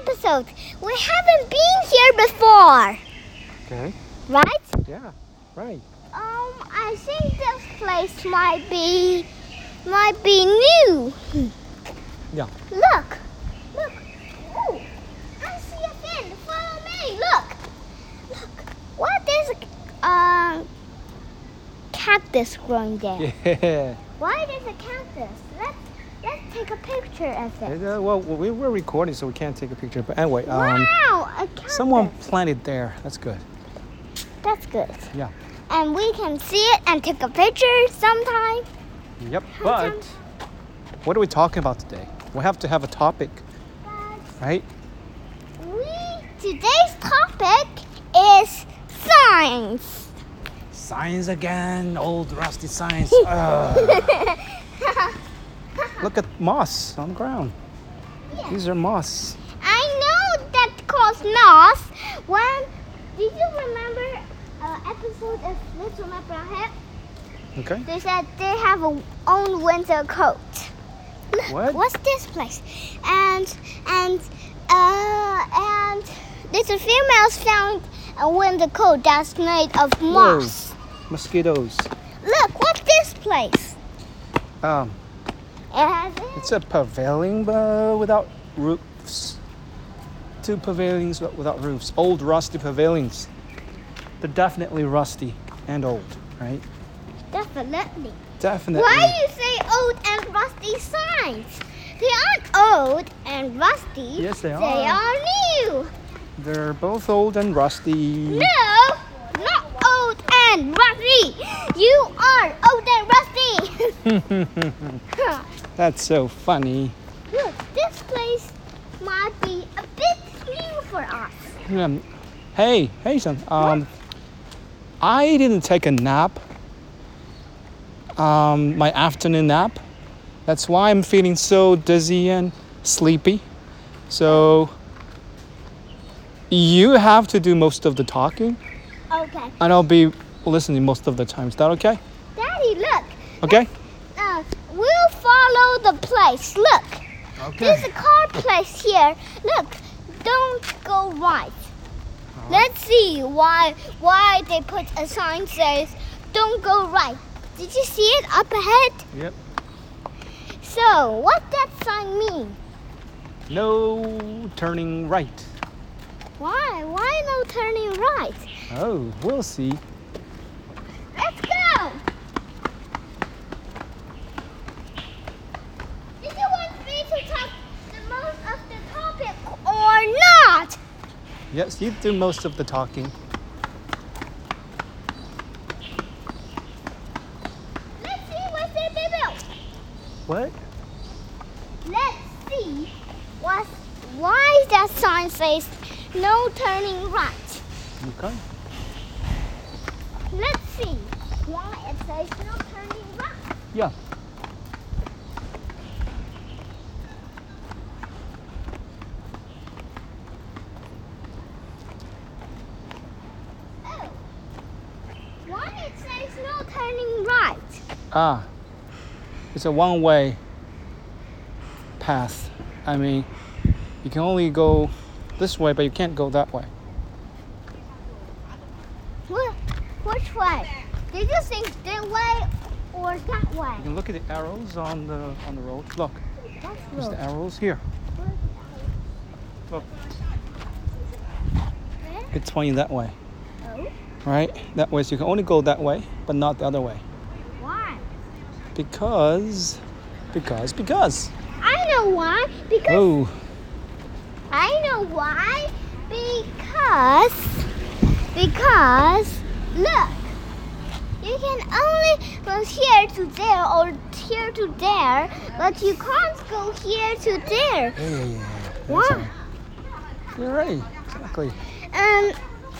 episode. We haven't been here before, Okay. right? Yeah. Right. Um, I think this place might be might be new. Yeah. Look, look. Ooh, I see a fin. Follow me. Look, look. What is a um cactus growing there? Yeah. Why is a cactus? Let's let's take a picture of it. Uh, well, we were recording, so we can't take a picture. But anyway, um, wow, a cactus. someone planted there. That's good. That's good. Yeah. And we can see it and take a picture sometime. Yep. come- But what are we talking about today? We have to have a topic, But right? we today's topic is science. Science again, old rusty science. Ugh. Look at moss on the ground. Yeah. These are moss. I know that caused moss. When did you remember uh, episode of Little Maplehead? Okay. They said they have a own winter coat. Look, What? What's this place? And and uh and little females found a winter coat that's made of moss. Mosquitoes. Look, what's this place? Um, It has it. it's a pavilion but without roofs. Two pavilions but without roofs. Old rusty pavilions. They're definitely rusty and old, right? Definitely. Definitely. Why you say old and rusty signs? They aren't old and rusty. Yes, they They are. are new. They're both old and rusty. No, not old and rusty. You are old and rusty. Huh. That's so funny. Look, this place might be a bit new for us. Um, hey, hey, son. Um, I didn't take a nap. Um, my afternoon nap. That's why I'm feeling so dizzy and sleepy. So you have to do most of the talking, Okay, and I'll be listening most of the time. Is that okay? Daddy, look. Okay. Uh, we'll follow the place. Look, there's a car place here. Look, don't go right. Let's see why why they put a sign says don't go right. Did you see it up ahead? Yep. So what that sign mean? No turning right. Why? Why no turning right? Oh, we'll see. Let's go! Did you want me to talk the most of the topic or not? Yes, you do most of the talking. Let's see what's in the bill. What? Let's see what's why that sign says no turning right. Okay. Let's see why it says no turning right. Yeah. Oh. Why it says no turning right? Ah, it's a one way path. I mean, you can only go this way, but you can't go that way. Wh- Which way? Did you think that way or that way? You can look at the arrows on the on the road. Look, That's there's wrong. the arrows here. Look, it's pointing that way, Oh, right? That way, so you can only go that way, but not the other way, why? because, because, because. I know why. Because Oh, I know why. Because, because, look, you can only go here to there or here to there, but you can't go here to there. yeah, yeah, yeah. Why? You're right. Exactly. Um,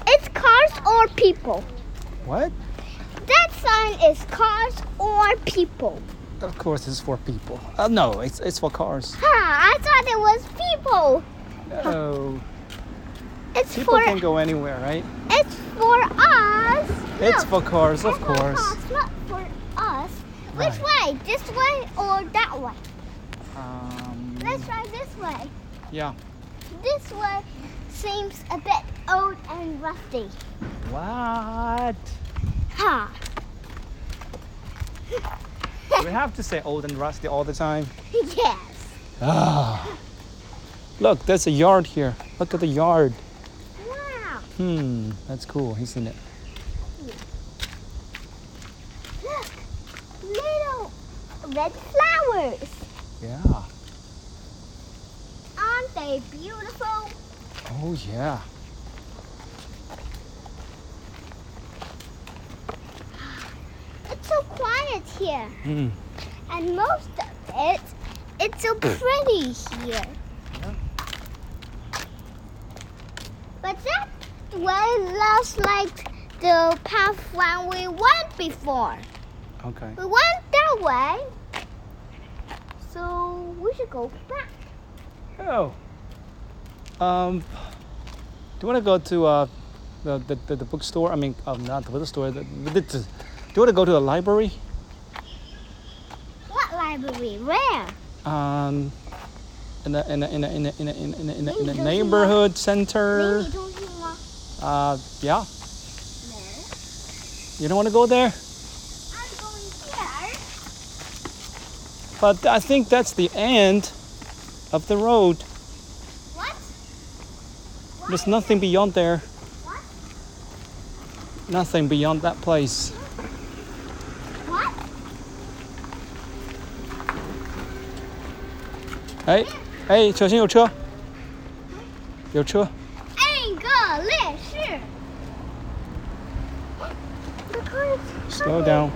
it's cars or people. What? That sign is cars or people. Of course, it's for people. Uh, no, it's it's for cars. Huh, I thought it was people. Oh. It's People for can go anywhere, right? it's for us. It's No, Oh for cars, of it's for course. us, Not for us. Which way? This way or that way? Um, Let's try this way. yeah. This one seems a bit old and rusty. What? Ha! we have to say old and rusty all the time. yes. Ah. Look, there's a yard here. Look at the yard. Wow. Hmm, that's cool, isn't it? Look, little red flowers. Yeah. Aren't they beautiful? Oh, yeah. It's so quiet here, Hmm. and most of it, it's so pretty here. Yeah. But that way looks like the path when we went before. Okay. We went that way, so we should go back. Oh. Um, do you want to go to uh, the, the, the, the bookstore? I mean, um, not the bookstore. The, the, the, do you want to go to the library? What library? Where? Um, in a, in a, in a, in a, in a, in a, in a, in a, in a Maybe neighborhood center? 美女中心吗？ Uh, yeah. No. You don't want to go there? I'm going here. But I think that's the end of the road. What? There's nothing beyond there. What? Nothing beyond that place. What? Hey, hey, 小心有车。有车。 English. The car is Slow down.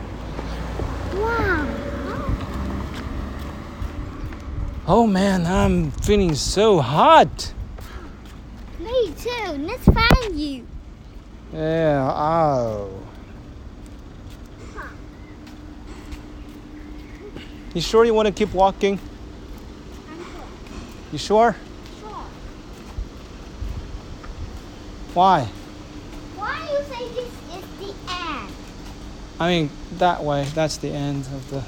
Wow. Oh man, I'm feeling so hot. Me too. Let's find you. Yeah, oh. You sure you want to keep walking? I'm sure. You sure? Sure. Why? Why you say this is the end? I mean, that way, that's the end of the.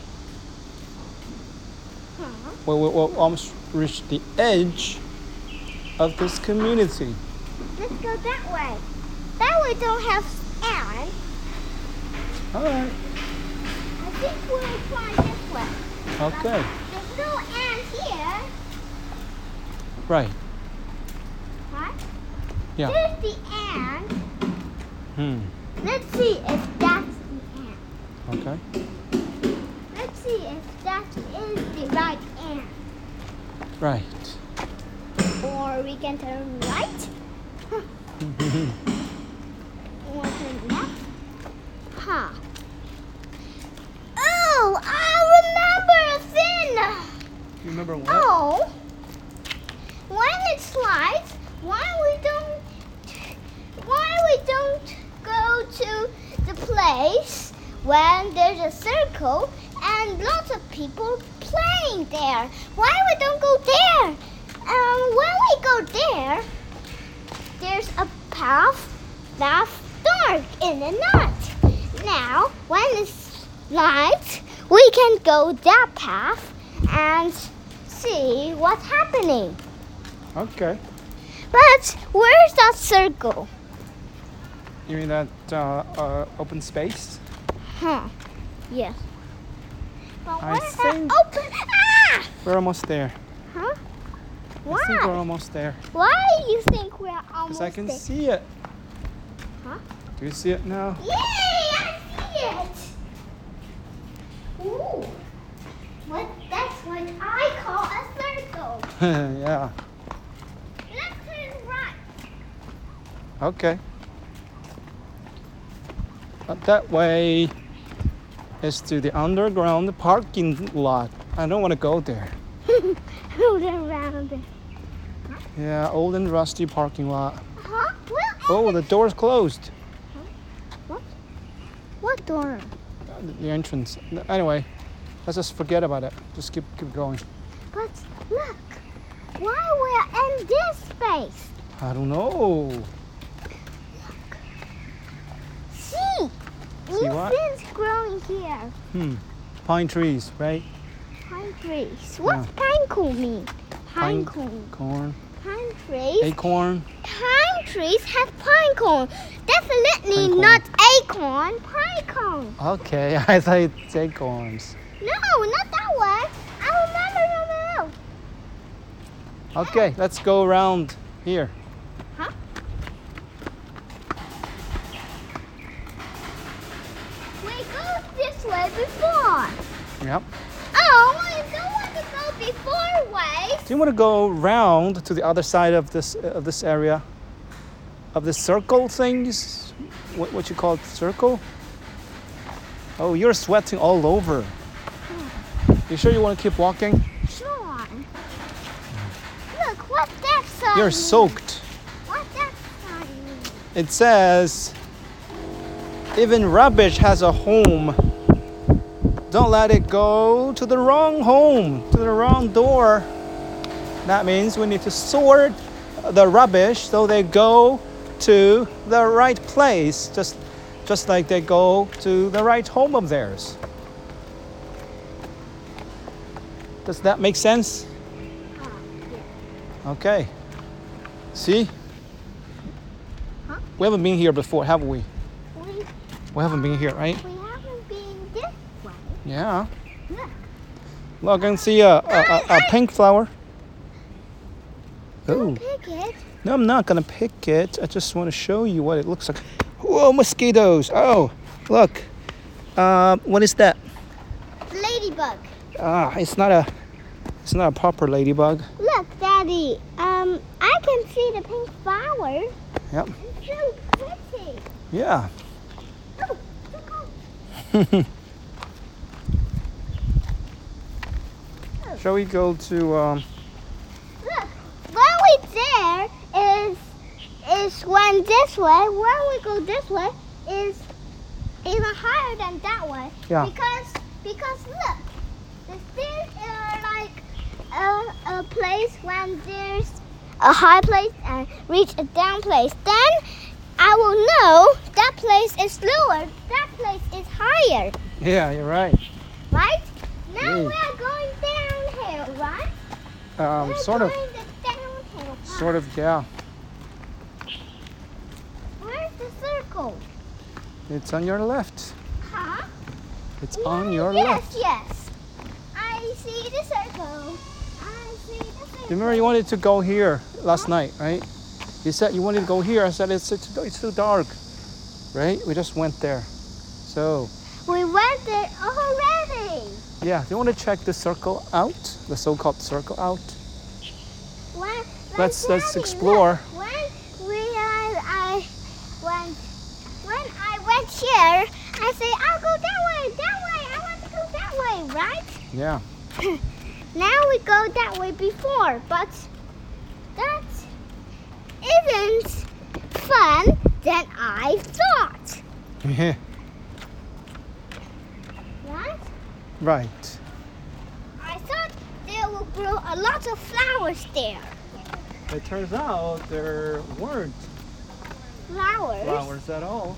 Huh? We we we almost reached the edge of this community. Let's go that way. That way don't have end. Alright. I think we'll try this way. Okay. There's no end here. Right. What? Yeah. Here's the end. Hmm. Let's see if that's the end. Okay. Let's see if that is the right end. Right. Or we can turn right. or turn left. Huh. Oh, I remember a thing. You remember what? Oh, when it slides, why we don't, why we don't go to the place when there's a circle and lots of people playing there? Why we don't go there? Um, when we go there, there's a path that's dark in the night. Now, when it's light, we can go that path and see what's happening. Okay. But where's that circle? You mean that uh, uh, open space? Huh. Yes. But I where's think- that open? Ah! We're almost there. Huh? I think we're Why? almost there. Why do you think we're almost Because I can there? see it. Huh? Do you see it now? Yay! I see it. Ooh. What? That's what I call a circle. yeah. Let's turn right. Okay. Up that way is to the underground parking lot. I don't want to go there. Hold around it. Yeah, old and rusty parking lot. Huh? Oh, Well, the door's closed. what door? Uh, The entrance. Anyway, let's just forget about it. Just keep keep going. But look, why we're in this space? I don't know. See, See new what? things growing here. Hmm. Pine trees, right? Pine trees. What's pine cone mean? Pine Pine- cone. Corn. Pine trees. Acorn. Pine trees have pine cone. Definitely Pine cone. not acorn, pine cone. Okay, I thought it's acorns. No, not that one. I remember, remember, remember. Okay, let's go around here. Huh? We go this way before. Yep. Oh, I don't want to go before way. Do you want to go round to the other side of this of this area? Of the circle things? What, what you call it, circle? Oh, you're sweating all over. You sure you want to keep walking? Sean. Look, what that sign Mm. You're means. soaked. What that sign means. It says, even rubbish has a home. Don't let it go to the wrong home, to the wrong door. That means we need to sort the rubbish so they go to the right place, just, just like they go to the right home of theirs. Does that make sense? Oh, yeah. Okay. See? We haven't been here before, have we? We, We haven't been here, right? we haven't been this way. Yeah. Look. Look and see a, a, a, a pink flower. Oh, Pick it. no, I'm not gonna pick it. I just want to show you what it looks like. Whoa, mosquitoes! Oh, look. Uh, what is that? Ladybug. Ah, it's not a, it's not a proper ladybug. Look, Daddy. Um, I can see the pink flower. Yep. It's so pretty. Yeah. Oh, look how Shall we go to? Um, Look, when we there is is when this way. When we go this way is even higher than that way. Yeah. Because because look, the stairs are like a, a place when there's a high place and reach a down place. Then I will know that place is lower. That place is higher, yeah, you're right. right? Now Mm. we are going downhill, right? Um, We're sort of, going the downhill path. sort of, yeah. Where's the circle? It's on your left. Huh? It's on Yeah, your yes, left. yes. I see the circle. I see the circle. Remember, you wanted to go here last night, right? You said you wanted to go here. I said it's it's, it's too dark, right? We just went there. So We went there already. yeah, do you want to check the circle out, the so-called circle out? When, when Let's- let's Daddy, look, explore. when we are, I when when I went here, I say I'll go that way, that way. I want to go that way, right? Yeah. Now we go that way before, but that isn't fun than I thought. Right? right. I thought there will grow a lot of flowers there. It turns out there weren't Flowers? flowers at all.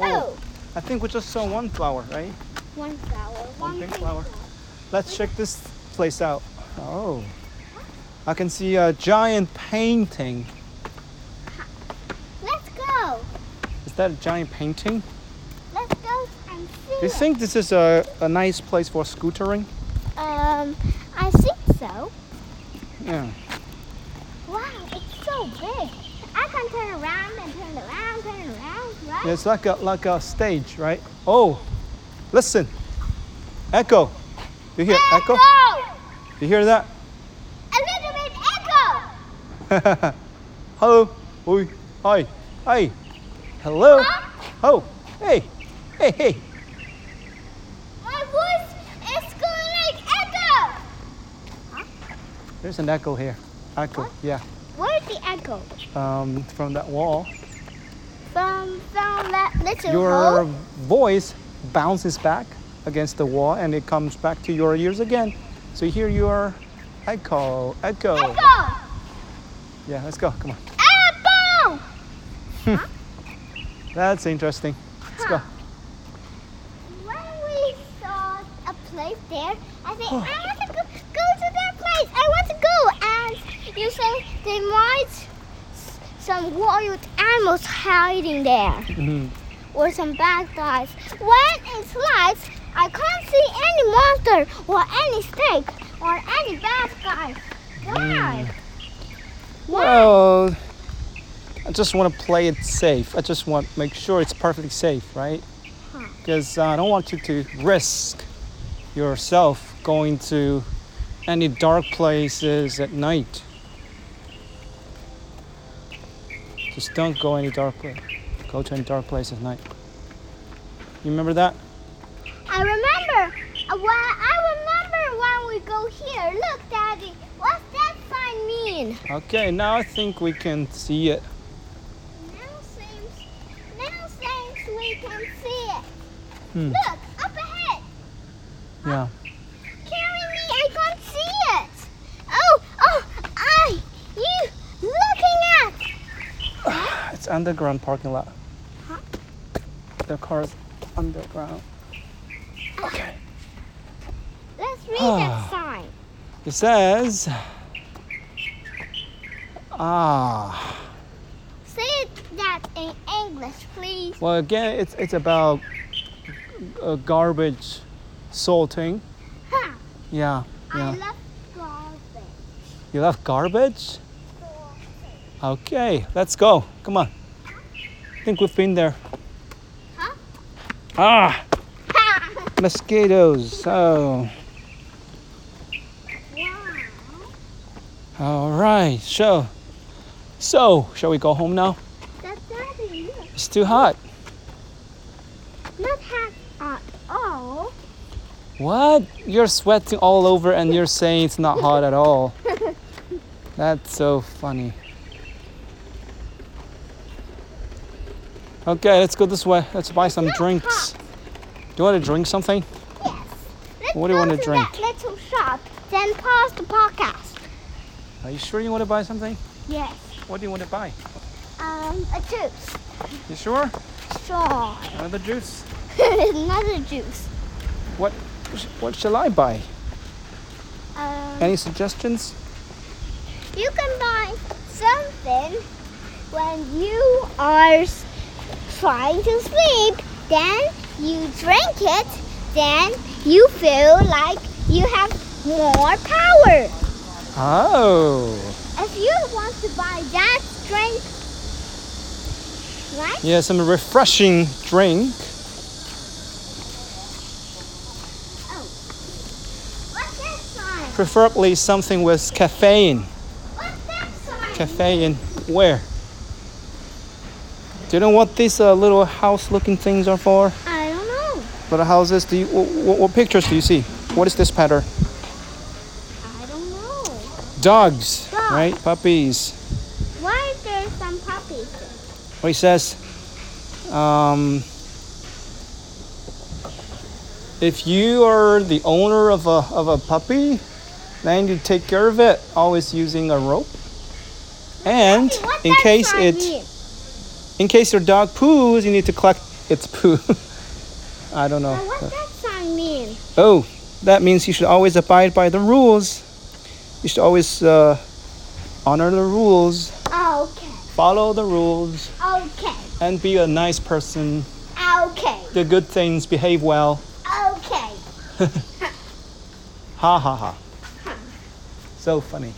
Oh, I think we just saw one flower, right? one flower. One One, pink flower. Let's check this place out. Oh. I can see a giant painting. Let's go. Is that a giant painting? Let's go and see. Do you it. think this is a, a nice place for scootering? Um, I think so. Yeah. Wow, it's so big. I can turn around and turn around, turn around, right? It's like a like a stage, right? Oh, listen, echo. You hear echo? You hear that? A little bit echo. Hello. Oi. Hi. Hi. Hello. Oh. Hey. Hey. Hey. My voice is going like echo. There's an echo here. Echo. What? Yeah. Where's the echo? Um, from that wall, From from that little hole. your voice bounces back against the wall, and it comes back to your ears again. So you hear your echo. Echo. Echo. Yeah. Let's go. Come on. Apple! That's interesting. Let's go. When we saw a place there, I said, I want to go, go to that place. I want to go. And You say they might s- some wild animals hiding there, Mhm. or some bad guys. When it's light, I can't see any monster or any snake or any bad guy. Why? Why? Well, I just want to play it safe. I just want to make sure it's perfectly safe, right? Huh. Because uh, I don't want you to risk yourself going to any dark places at night. Just don't go any dark place. Go to any dark place at night. You remember that? I remember. uh, Well, I remember when we go here. Look, Daddy. What's that sign mean? Okay, now I think we can see it. Now seems, now seems we can see it. Hmm. Look, up ahead. Yeah. Carry me, I can't see it. Oh, oh, I, you, looking at. It's underground parking lot. Huh? The car's underground. Okay. Ah. Let's read that sign. It says, ah, Say it that in English, please. well again, it's it's about uh, garbage sorting. Huh. Um, Yeah, I yeah. love garbage. You left garbage? Okay, let's go. Come on. I think we've been there. Huh? Ah, Ha! mosquitoes. Oh, wow. all right. So, so shall we go home now? That daddy, look, It's too hot. not hat at all. What? You're sweating all over and you're saying it's not hot at all. That's so funny. Okay, let's go this way. Let's buy some drinks. Do you want to drink something? Yes. Let's What do you go wanna to drink? That little shop, then pause the podcast. Are you sure you want to buy something? Yes. What do you want to buy? Um, a juice. You sure? Straw. Another juice? Another juice. What what shall I buy? Um, Any suggestions? you can buy something when you are s- trying to sleep. Then you drink it. Then you feel like you have more power. Oh. If you want to buy that drink, right? Yeah, some refreshing drink. What's that sign? Preferably something with caffeine. What's that sign? cafe and where? Do you know what these uh, little house-looking things are for? I don't know. Little houses? Do you? What, what pictures do you see? What is this pattern? I don't know. Dogs, Dog. right? Puppies. Why is there some puppies? there? Or it says, um, if you are the owner of a of a puppy, then you take care of it, always using a rope. And What in that case sign it. mean? In case your dog poos, you need to collect its poo. I don't know. Now, What that sign mean? Oh, that means you should always abide by the rules. You should always uh, honor the rules, Okay, follow the rules, okay, and be a nice person. okay, Do good things, behave well. okay. Ha ha ha. So funny.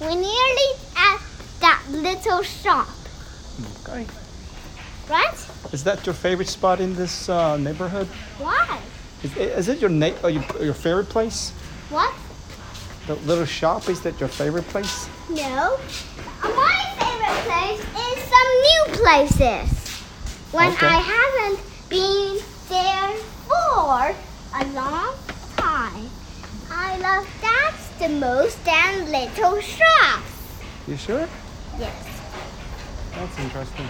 We nearly at that little shop, Okay. right? Is that your favorite spot in this uh, neighborhood? Why? Is, is it your, na- or your your favorite place? What? The little shop is that your favorite place? No. My favorite place is some new places. When Okay. I haven't been there for a long time. I love that the most and little shop. You sure? Yes. That's interesting.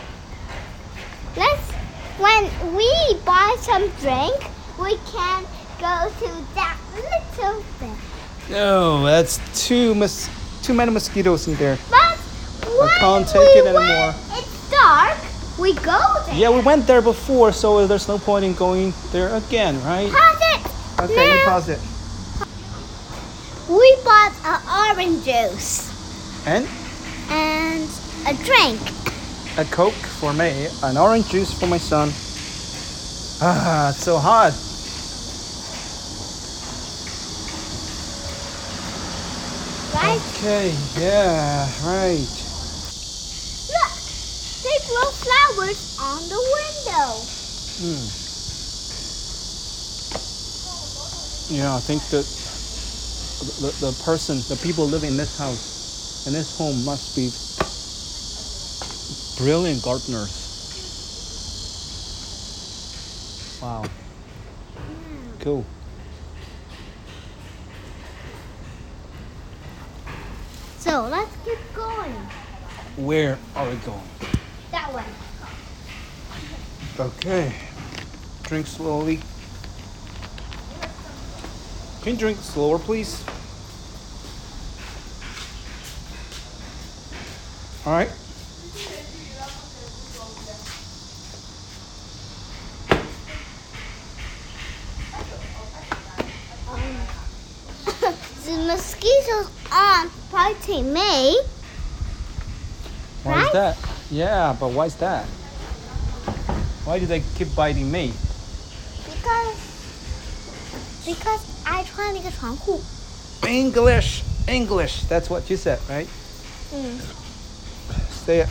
Let's when we buy some drink, we can go to that little thing. No, Oh, that's too mus- too many mosquitoes in there. But when can't we take it when anymore. It's dark. We go there. Yeah, we went there before, so there's no point in going there again, right? Pause it. Okay, you now. pause it. We bought an orange juice. And and a drink. a Coke for me, an orange juice for my son. Ah, it's so hot. Right? Okay, yeah, right. Look, they grow flowers on the window. Hmm. Yeah, I think that the, the, the person, the people living in this house, in this home, must be brilliant gardeners. Wow. Cool. So let's keep going Where are we going? that way. Okay. Drink slowly. Can you drink slower, please? All right. The mosquitoes are biting me. Why is Right? that? Yeah, but why is that? Why do they keep biting me? Because because I 穿了一个长裤。 English, English. That's what you said, right? 嗯 Say it.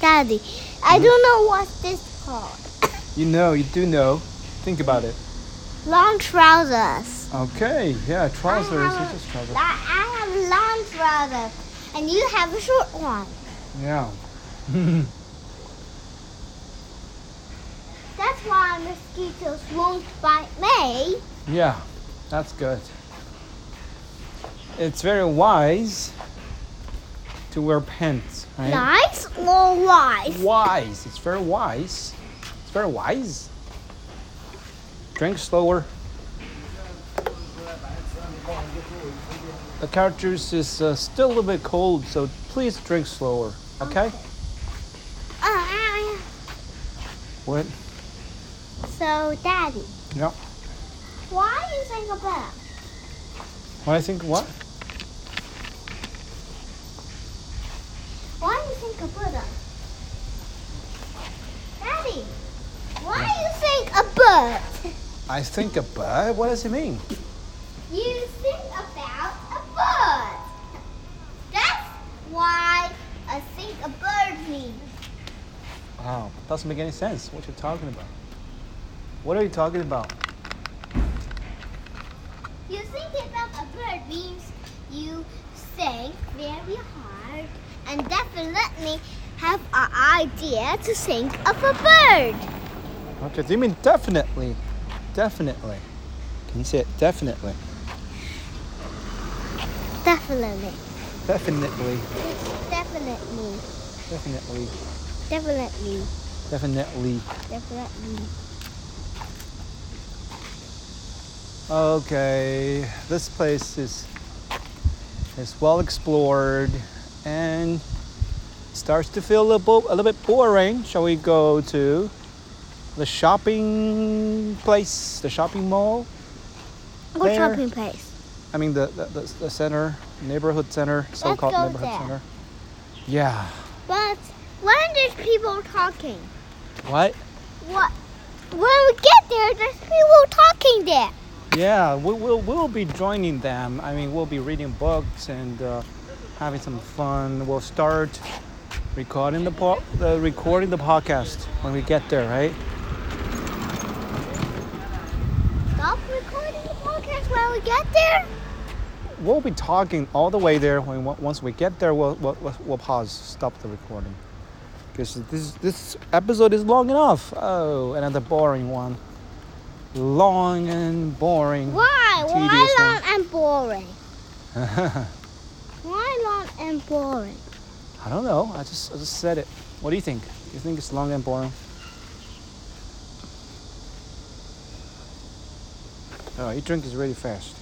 ，Daddy, I don't know what this called. You know, you do know. Think about it. Long trousers. Okay. Yeah, trousers. It's I have, just trousers. I have long trousers, and you have a short one. Yeah. That's why mosquitoes won't bite me. Yeah, that's good. It's very wise to wear pants, right? Nice or wise? Wise. It's very wise. It's very wise. Drink slower. The carrot juice is uh, still a little bit cold, so please drink slower. Okay? Uh, What? so, Daddy, No. why do you think about? What I think? What? Why do you think a Buddha? Daddy, why do you think a bird? I think a bird. What does it mean? You think about a bird. That's why I think a bird means. Wow, doesn't make any sense. What you're talking about? What are you talking about? You think about a bird means you think very hard and definitely have an idea to think of a bird. Okay, do you mean definitely? Definitely. Can you say it? Definitely. Definitely. Definitely. Definitely. Definitely. Definitely. Definitely. Definitely. Okay, this place is is well explored and starts to feel a little, bo- a little bit boring. Shall we go to the shopping place, the shopping mall? What There. shopping place? I mean the the, the, the center, neighborhood center, so-called go neighborhood there. center. Yeah. But when there's people talking, What? what? When we get there, there's people talking there. Yeah, we will we'll be joining them. I mean, we'll be reading books and uh, having some fun. We'll start recording the po- uh, recording the podcast when we get there, right? Stop recording the podcast when we get there. We'll be talking all the way there. When on- once we get there, we'll we'll, we'll- we'll pause, stop the recording, because this this episode is long enough. Oh, another boring one. Long and boring. Why? Why Tedious one. long and boring? I Why long and boring? don't know. I just I just said it. What do you think? Do you think it's long and boring? Oh, your drink is really fast.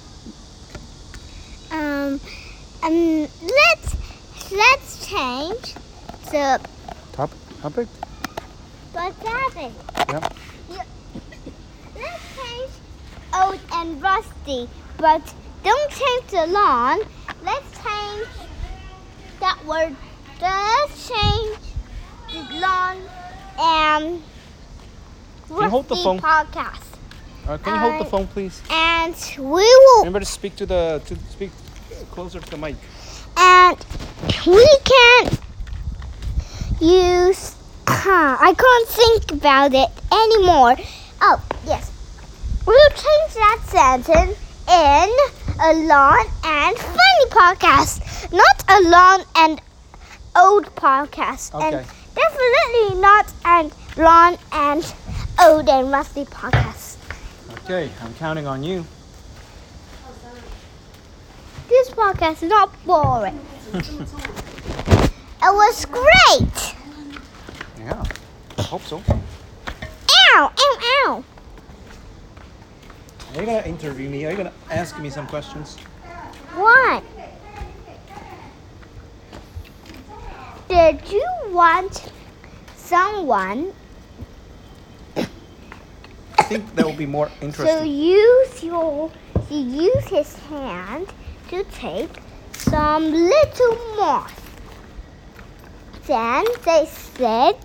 Um, um, let's let's change the Top topic? but Daddy. Yeah. you- Let's change old and rusty, but don't change the lawn. Let's change were just change the lawn and you hold the Rusty phone? podcast. Uh, can you hold the Uh, phone, please? And we will Remember to speak to the to speak closer to the mic. and we can't use I can't think about it anymore. Oh, yes. We'll change that sentence in a lawn and funny podcast, not a lawn and old podcast. Okay. And definitely not a lawn and old and rusty podcast. Okay, I'm counting on you. This podcast is not boring. it was great. Yeah, I hope so. Ow, ow, ow. Are you gonna interview me? Are you gonna ask me some questions? Why? Did you want someone I think that will be more to interesting. use your to use his hand to take some little moss? Then they said,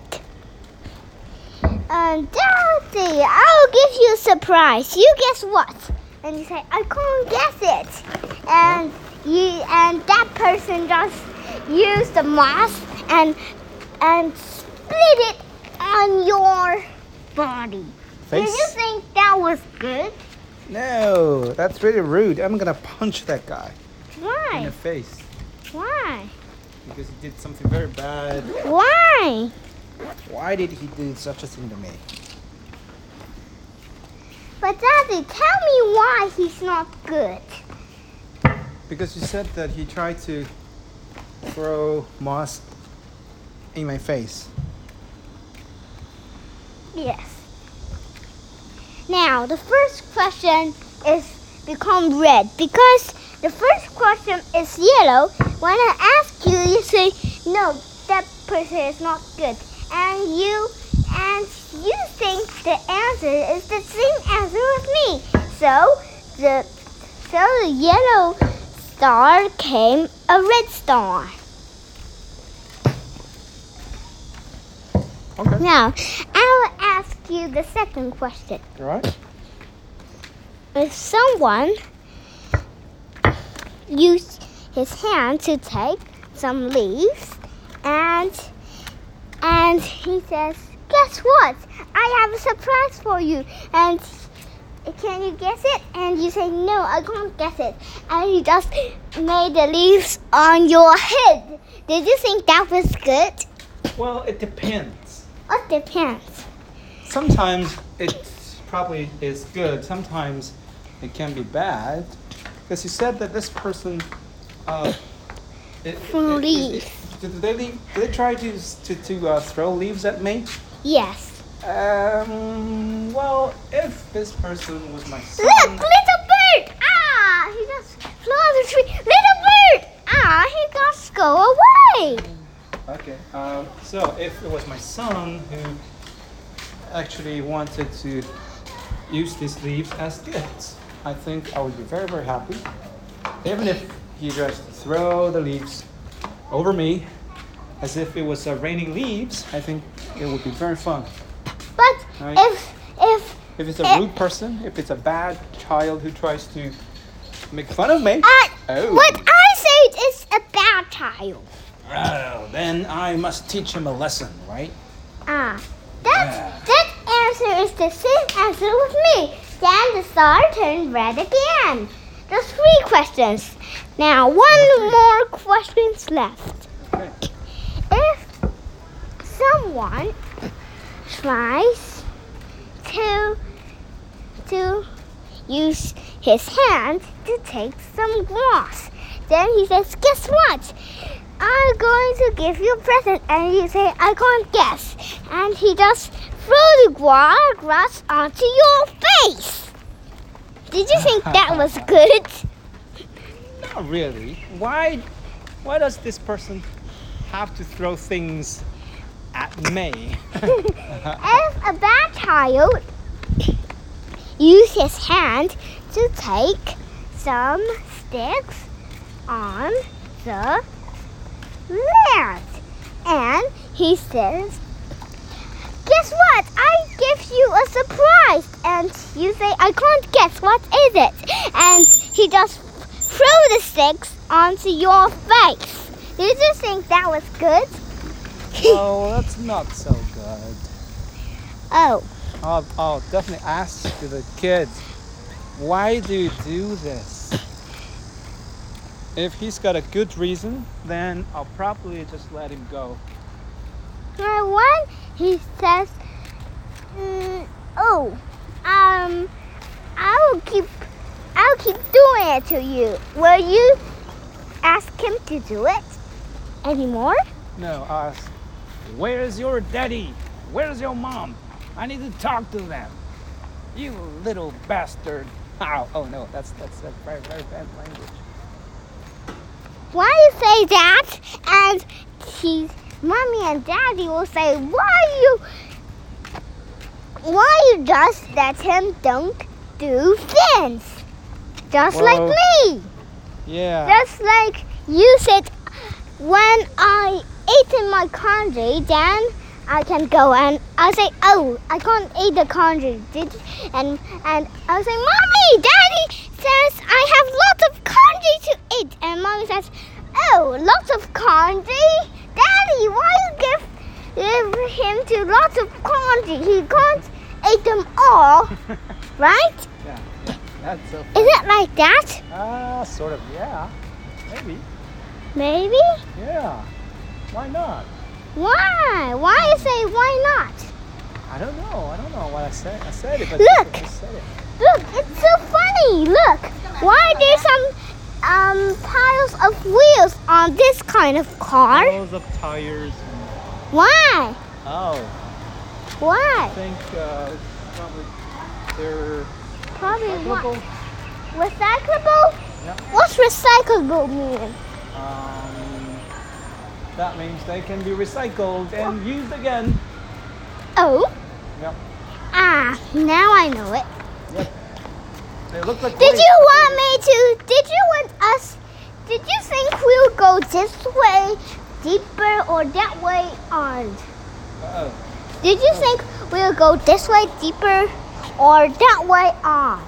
um, Dorothy, I'll give you a surprise. You guess what? And you say, I can't guess it. And you and that person just used the mask and and split it on your body. Did you Face? think that was good? No, that's really rude. I'm gonna punch that guy in the Why? face Why? because he did something very bad. Why? Why did he do such a thing to me? But Daddy, tell me why he's not good. Because you said that he tried to throw moss in my face. Yes. Now, the first question is become red because the first question is yellow. When I ask you, you say, no, that person is not good. And you and you think the answer is the same answer with me. So the so the yellow star came a red star. Okay. Now I will ask you the second question. All right. if someone used his hand to take some leaves and and he says guess what i have a surprise for you and can you guess it and you say no i can't guess it and he just made the leaves on your head did you think that was good Well, it depends. it depends Sometimes it probably is good. Sometimes it can be bad. Because you said that this person. Uh, it, Threw leaves. did they leave, did they try to s- to, to uh, throw leaves at me? yes Um. Well, if this person was my son, Look, little bird! Ah, he just flew on the tree. Little bird! Ah, he just go away. Okay. Um, so if it was my son who actually wanted to use these leaves as gifts, I think I would be very, very happy. Even if he just throw the leaves over me as if it was uh, raining leaves, I think it would be very fun. But Right. if if If it's a rude person, if it's a bad child who tries to make fun of me, uh, Oh. what I said is a bad child. well, then I must teach him a lesson, right? Ah, that that answer is the same answer with me. Then the star turned red again. There's three questions. Now one more questions left. Okay. if someone tries to to use his hand to take some grass, then he says, "Guess what? I'm going to give you a present," and you say, "I can't guess," and he just throw the gra- grass onto your face. Did you think that was good? Not really. Why, why does this person have to throw things at me? If a bad child used his hand to take some sticks on the He says, Guess what? I give you a surprise. And you say, I can't guess. What is it? And he just threw the sticks onto your face. Did you think that was good? Oh, that's not so good. oh, I'll, I'll definitely ask the kids, why do you do this? If he's got a good reason, then I'll probably just let him go. number one, he says, mm, Oh, um, I will keep, I'll keep doing it to you. Will you ask him to do it anymore? No, ask, where's your daddy? Where's your mom? I need to talk to them. You little bastard. Ow. Oh no, that's that's a very, very bad language. Why you say that? And he, mommy and daddy will say, why you, why you just let him don't do things, just like Well- me, Yeah. just like you said. When I eat in my congee, then I can go and I'll say, oh, I can't eat the congee, did and and I'll say, mommy, daddy says I have lots of congee to eat, and mommy says, oh, lots of congee, daddy, why you give give him to lots of congee? He can't eat them all, right? That's so Is it like that? Ah, sort of, yeah. Maybe. Maybe. Yeah. Why not? Why? Why you say why not? I don't know. I don't know what I said. I said it, but Look. I said it. Look, it's so funny. Look, why there's some um piles of wheels on this kind of car? Rolls of tires. and- Why? Oh, I Why? think uh, it's probably they're Probably recyclable. why? Recyclable? Yeah. What's recyclable mean? Um, that means they can be recycled and used again. Oh. Yeah. Ah, now I know it. They look like. Did waste. you want me to? Did you want us? Did you think we'll go this way, deeper, or that way on? Uh-oh. Did you think we'll go this way deeper or that way Ah,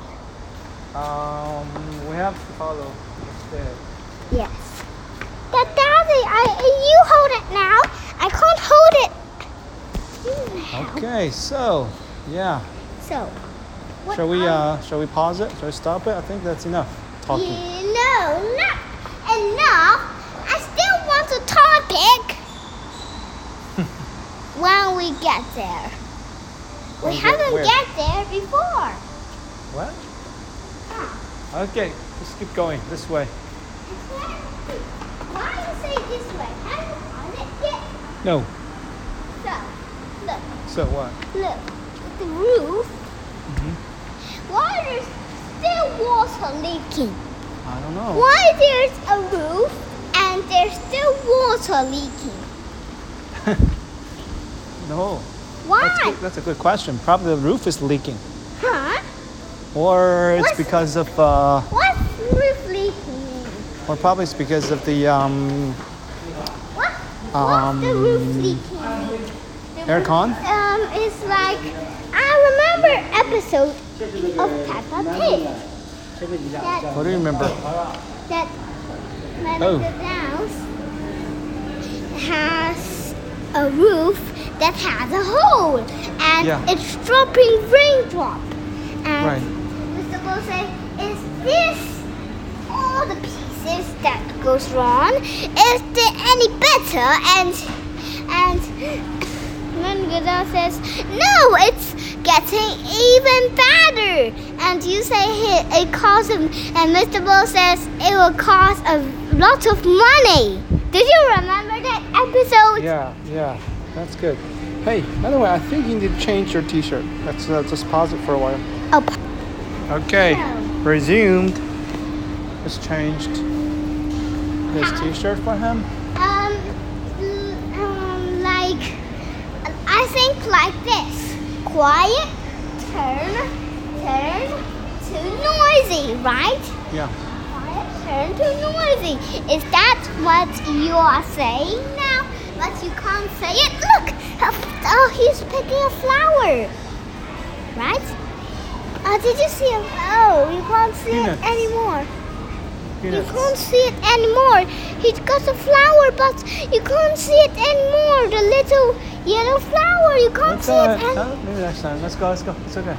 on? Um, we have to follow. instead. Yes. But Daddy, I you hold it now. I can't hold it. now. Okay, so yeah. So. what Shall we? are- Uh, shall we pause it? Shall we stop it? I think that's enough talking. You know, not enough. I still want a topic. when we get there. When we we get haven't where? get there before. What? Okay, let's keep going this way. Why you say this way? I don't want it this No. So, look, So what? look, the roof. Mhm. Mm-hmm. Why there's still water leaking? I don't know. Why there's a roof and there's still water leaking? No. That's, Why? good. that's a good question. Probably the roof is leaking, Huh? or it's What's- because of, uh, What's roof leaking? mean? or probably it's because of the um, What? what's the Um, roof leaking? mean? The roof- aircon. Um, it's like I remember episode of Peppa Pig that What do you remember? that Mother Oh. the Mouse has a roof that has a hole and Yeah. it's dropping raindrop. And Right. Mr. Bull says, is this all the pieces that goes wrong? Is there any better? And and Mother Mouse says, no, it's getting even better. And you say it, it costs, him- and Mr. Bull says it will cost a lot of money. Did you remember that episode? Yeah, yeah, that's good. Hey, by the way, I think you need to change your T-shirt. Let's uh, just pause it for a while. Oh, Okay, No. resumed. Just changed his T-shirt for him. Um, l- um, like, I think like this. Quiet, turn, turn to noisy, right? Yeah. Quiet, turn to noisy. Is that what you are saying now? but you can't say it. Look, oh, he's picking a flower, right? Oh, did you see him? Oh, you can't see Peanuts. it anymore. You Peanuts. can't see it anymore. He's got a flower, but you can't see it anymore. The little yellow flower, you can't Let's see uh, it. An- uh, maybe next time. Let's go. Let's go. It's okay.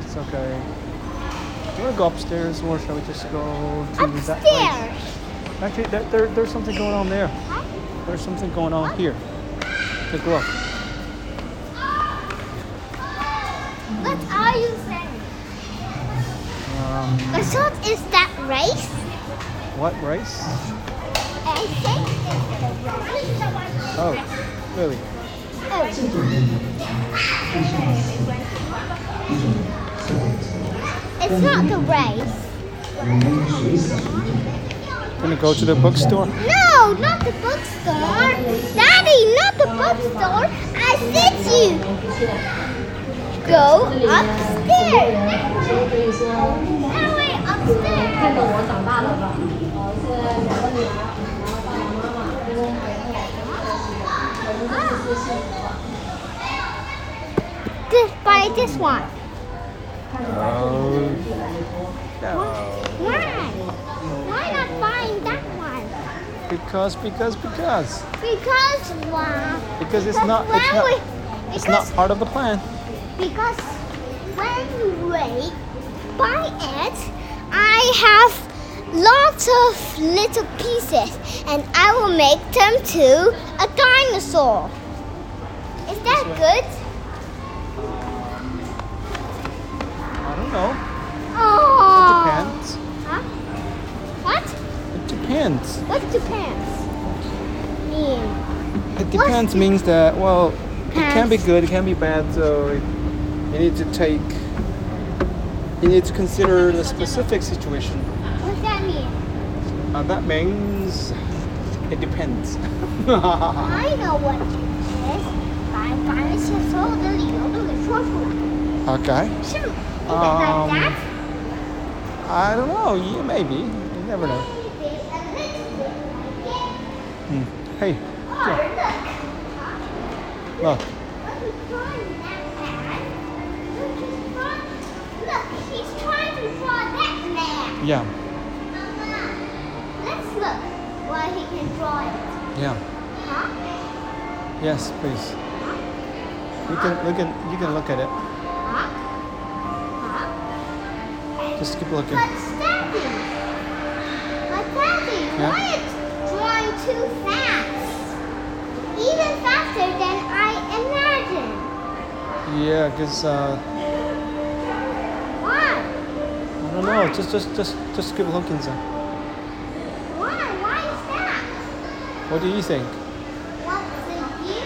It's okay. Do you want to go upstairs, or shall we just go to that place? upstairs. Actually, there, there, there's something going on there. There's something going on here. Take a look. What are you saying? Um, I thought is that race? what race? I think it's the race. Oh, really? Oh. It's not the race. Gonna go to the bookstore? No, not the bookstore. Daddy, not the bookstore. I said you. Go upstairs. 所以可以说， That way 看 upstairs. 懂我长大了吧？哦，现在两个女儿，然后爸爸妈妈跟我奶奶，我们都是最幸福的。 This buy this one. Oh. Why? Why not buying that one? Because, because, because. Because why? Because it's not, it's when not, we, it's not because, part of the plan. because when we buy it, I have lots of little pieces, and I will make them to a dinosaur. Is that good? I don't know. Oh. Depends. Huh? What? It depends. What depends? Mean. It depends means that well, it can be Depends. good, it can be bad. So it, you need to take, you need to consider the specific situation. What's that mean? Uh, that means it depends. okay, I know what it is. 把把那些所有的理由都给说出来，是 Um, like that? I don't know. Yeah, maybe you never know. Hmm. Hey, look. Yeah, yeah. Yes, please. You can look at you can look at it. Just keep looking. Yeah. Even faster than I imagined. Yeah, because uh, Why? I don't know. Just just just just keep looking. Sir. Why? Why is that? What do you think? What do you think?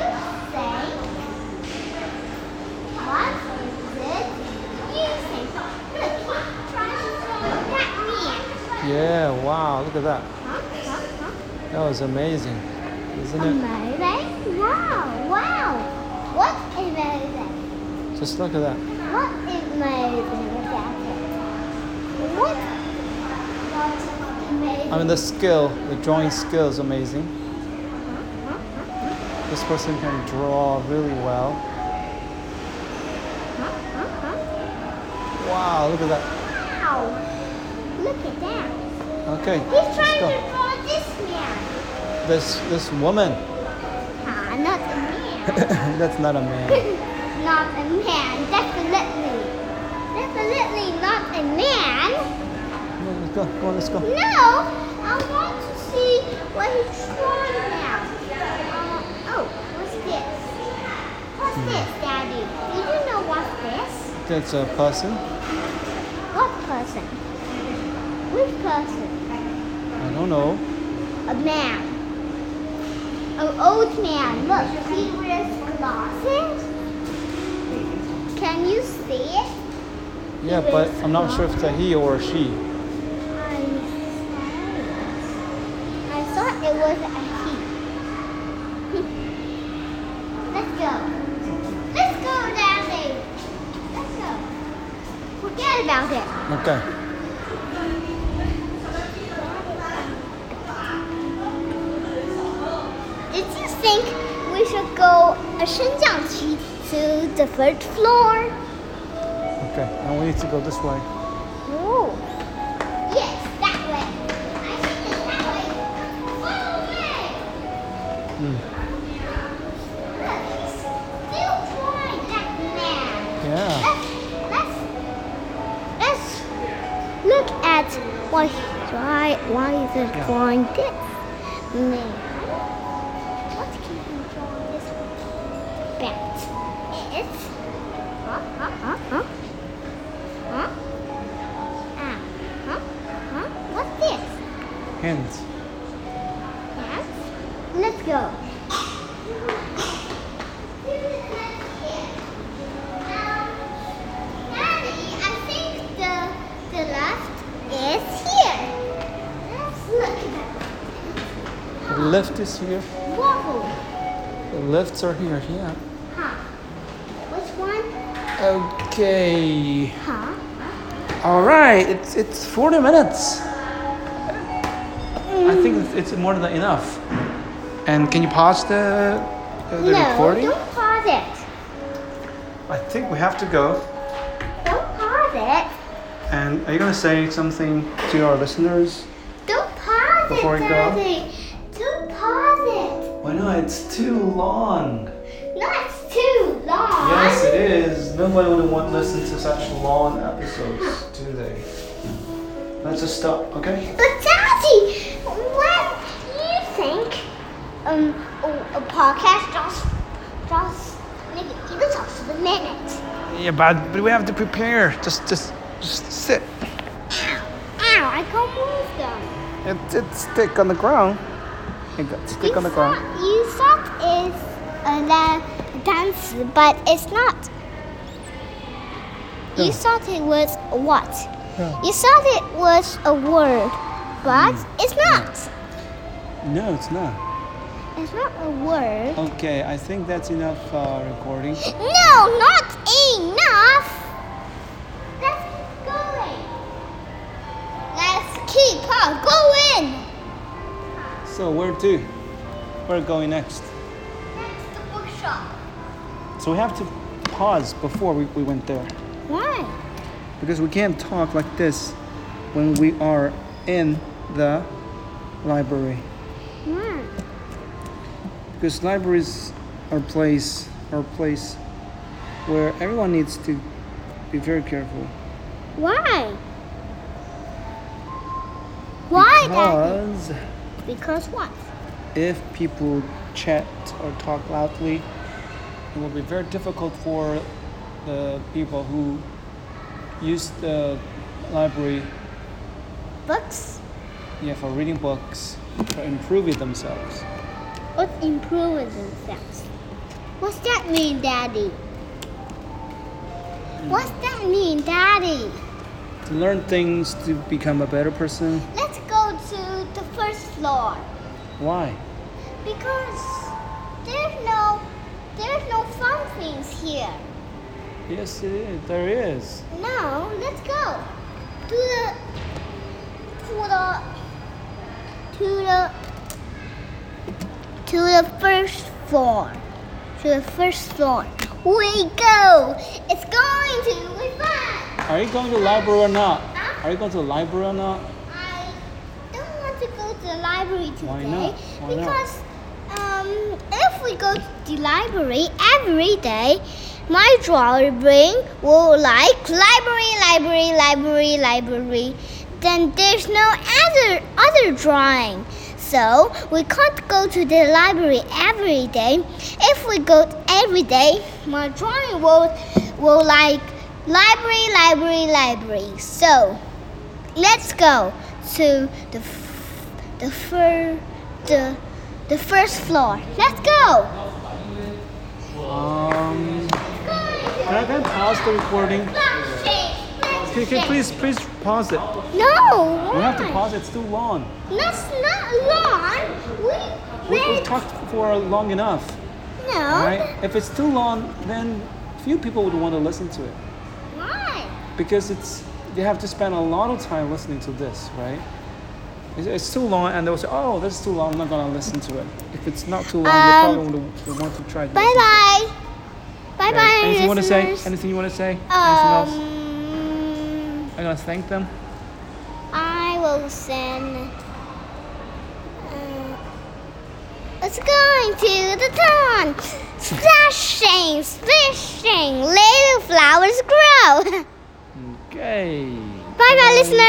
What did you think? Look, he's trying to throw at me. Yeah, wow, look at that. Huh? Huh? Huh? That was amazing. Isn't it? Amazing! Wow! Wow! What amazing! Just look at that. What amazing about it? What? What amazing? I mean, the skill, the drawing skill is amazing. This person can draw really well. Wow, look at that. Wow! Look at that! Okay, He's let's trying to go. draw this man. This this woman. Ah, not a man. That's not a man. not a man, definitely. Definitely not a man. Come on, let's go. Come on, let's go. No, I want to see what he's drawing now. Uh, oh, what's this? What's this, Daddy? Do you know what's this? That's a person. What person? Which person? I don't know. A man. An old man. Look, he wears glasses. Can you see it? Yeah, but I'm not sure if it's a he or a she. I thought it was a he. Let's go. Let's go, Daddy. Let's go. Forget about it. Okay. Did you think we should go a Shenjiangqi to the first floor? Okay, now we need to go this way. No. Yes, that way. I think it's that way. Follow me. Mm. Look, he's still trying that man. Yeah. Let's let's let's look at why he- why why is it Yeah. drawing this man? What's keeping drawing this bat? It's huh huh huh huh huh ah huh huh what's this? Hands. Yes. Let's go. Daddy, I think the the left is here. Let's look at The lift is here. that. Waffle. The lifts are here. Yeah. Huh. Which one? Okay. Huh? All right. It's it's 40 minutes. I think it's, it's more than enough. And can you pause the the no, recording? don't pause it. I think we have to go. Don't pause it. And are you gonna say something to our listeners? Don't pause Before it, we go? Daddy. Don't pause Why not? It's too long. it. Not too long. Yes, it is. Nobody would want to listen to such long episodes, do they? Let's just stop, okay? But Daddy, when you think um a, a podcast just just maybe even talks for a minute. Yeah, but, but we have to prepare. Just, just, just sit. Ow, I can't move them. It, it's stick on the ground. It got stick on the ground. You thought is a la- dance, but it's not. You Yeah. thought it was a what? Yeah. You thought it was a word, but Hmm. it's not. No, it's not. It's not a word. Okay, I think that's enough uh, recording. No, not enough. Let's going. Let's keep on going. So where to? Where going next? That's the bookshop. So we have to pause before we, we went there Why? because we can't talk like this when we are in the library. Why? because libraries are place are a place where everyone needs to be very careful Why? Why, Daddy? because Because what? if people chat or talk loudly it will be very difficult for the people who use the library Books. yeah, for reading books for improving themselves What's improving themselves? What's that mean, Daddy? What's that mean, Daddy? to learn things to become a better person Let's go to the first floor. why Because there's no there's no fun things here. yes it is there is Now let's go to the to the to the to the first floor. To the first floor. We go. It's going to be fun. are you going to the library or not Huh? are you going to the library or not I don't want to go to the library today Why not? Why not? because um, if we go to the library every day, my drawing will like library, library, library, library. Then there's no other other drawing. So we can't go to the library every day. If we go every day, my drawing will will like library, library, library. So let's go to the f- the fir- the the first floor. Let's go. Um, can I, can I pause the recording? Can, can please, please pause it. No. We have to why? pause. It's too long. That's not long. We We, very- we've talked for long enough, no. right? If it's too long, then few people would want to listen to it Why? because it's you have to spend a lot of time listening to this, right? It's, it's too long, and they'll say, "Oh, this is too long. I'm not gonna listen to it." If it's not too long, Um, you probably will- will want to try. to Bye listen. bye. Bye Okay, bye. Anything you want to say? listeners. Anything you want to say? Anything else? Um, I'm gonna thank them. I will send. Uh, it's going to the dawn. Splashing, splashing, little flowers grow. Okay. bye bye, listeners.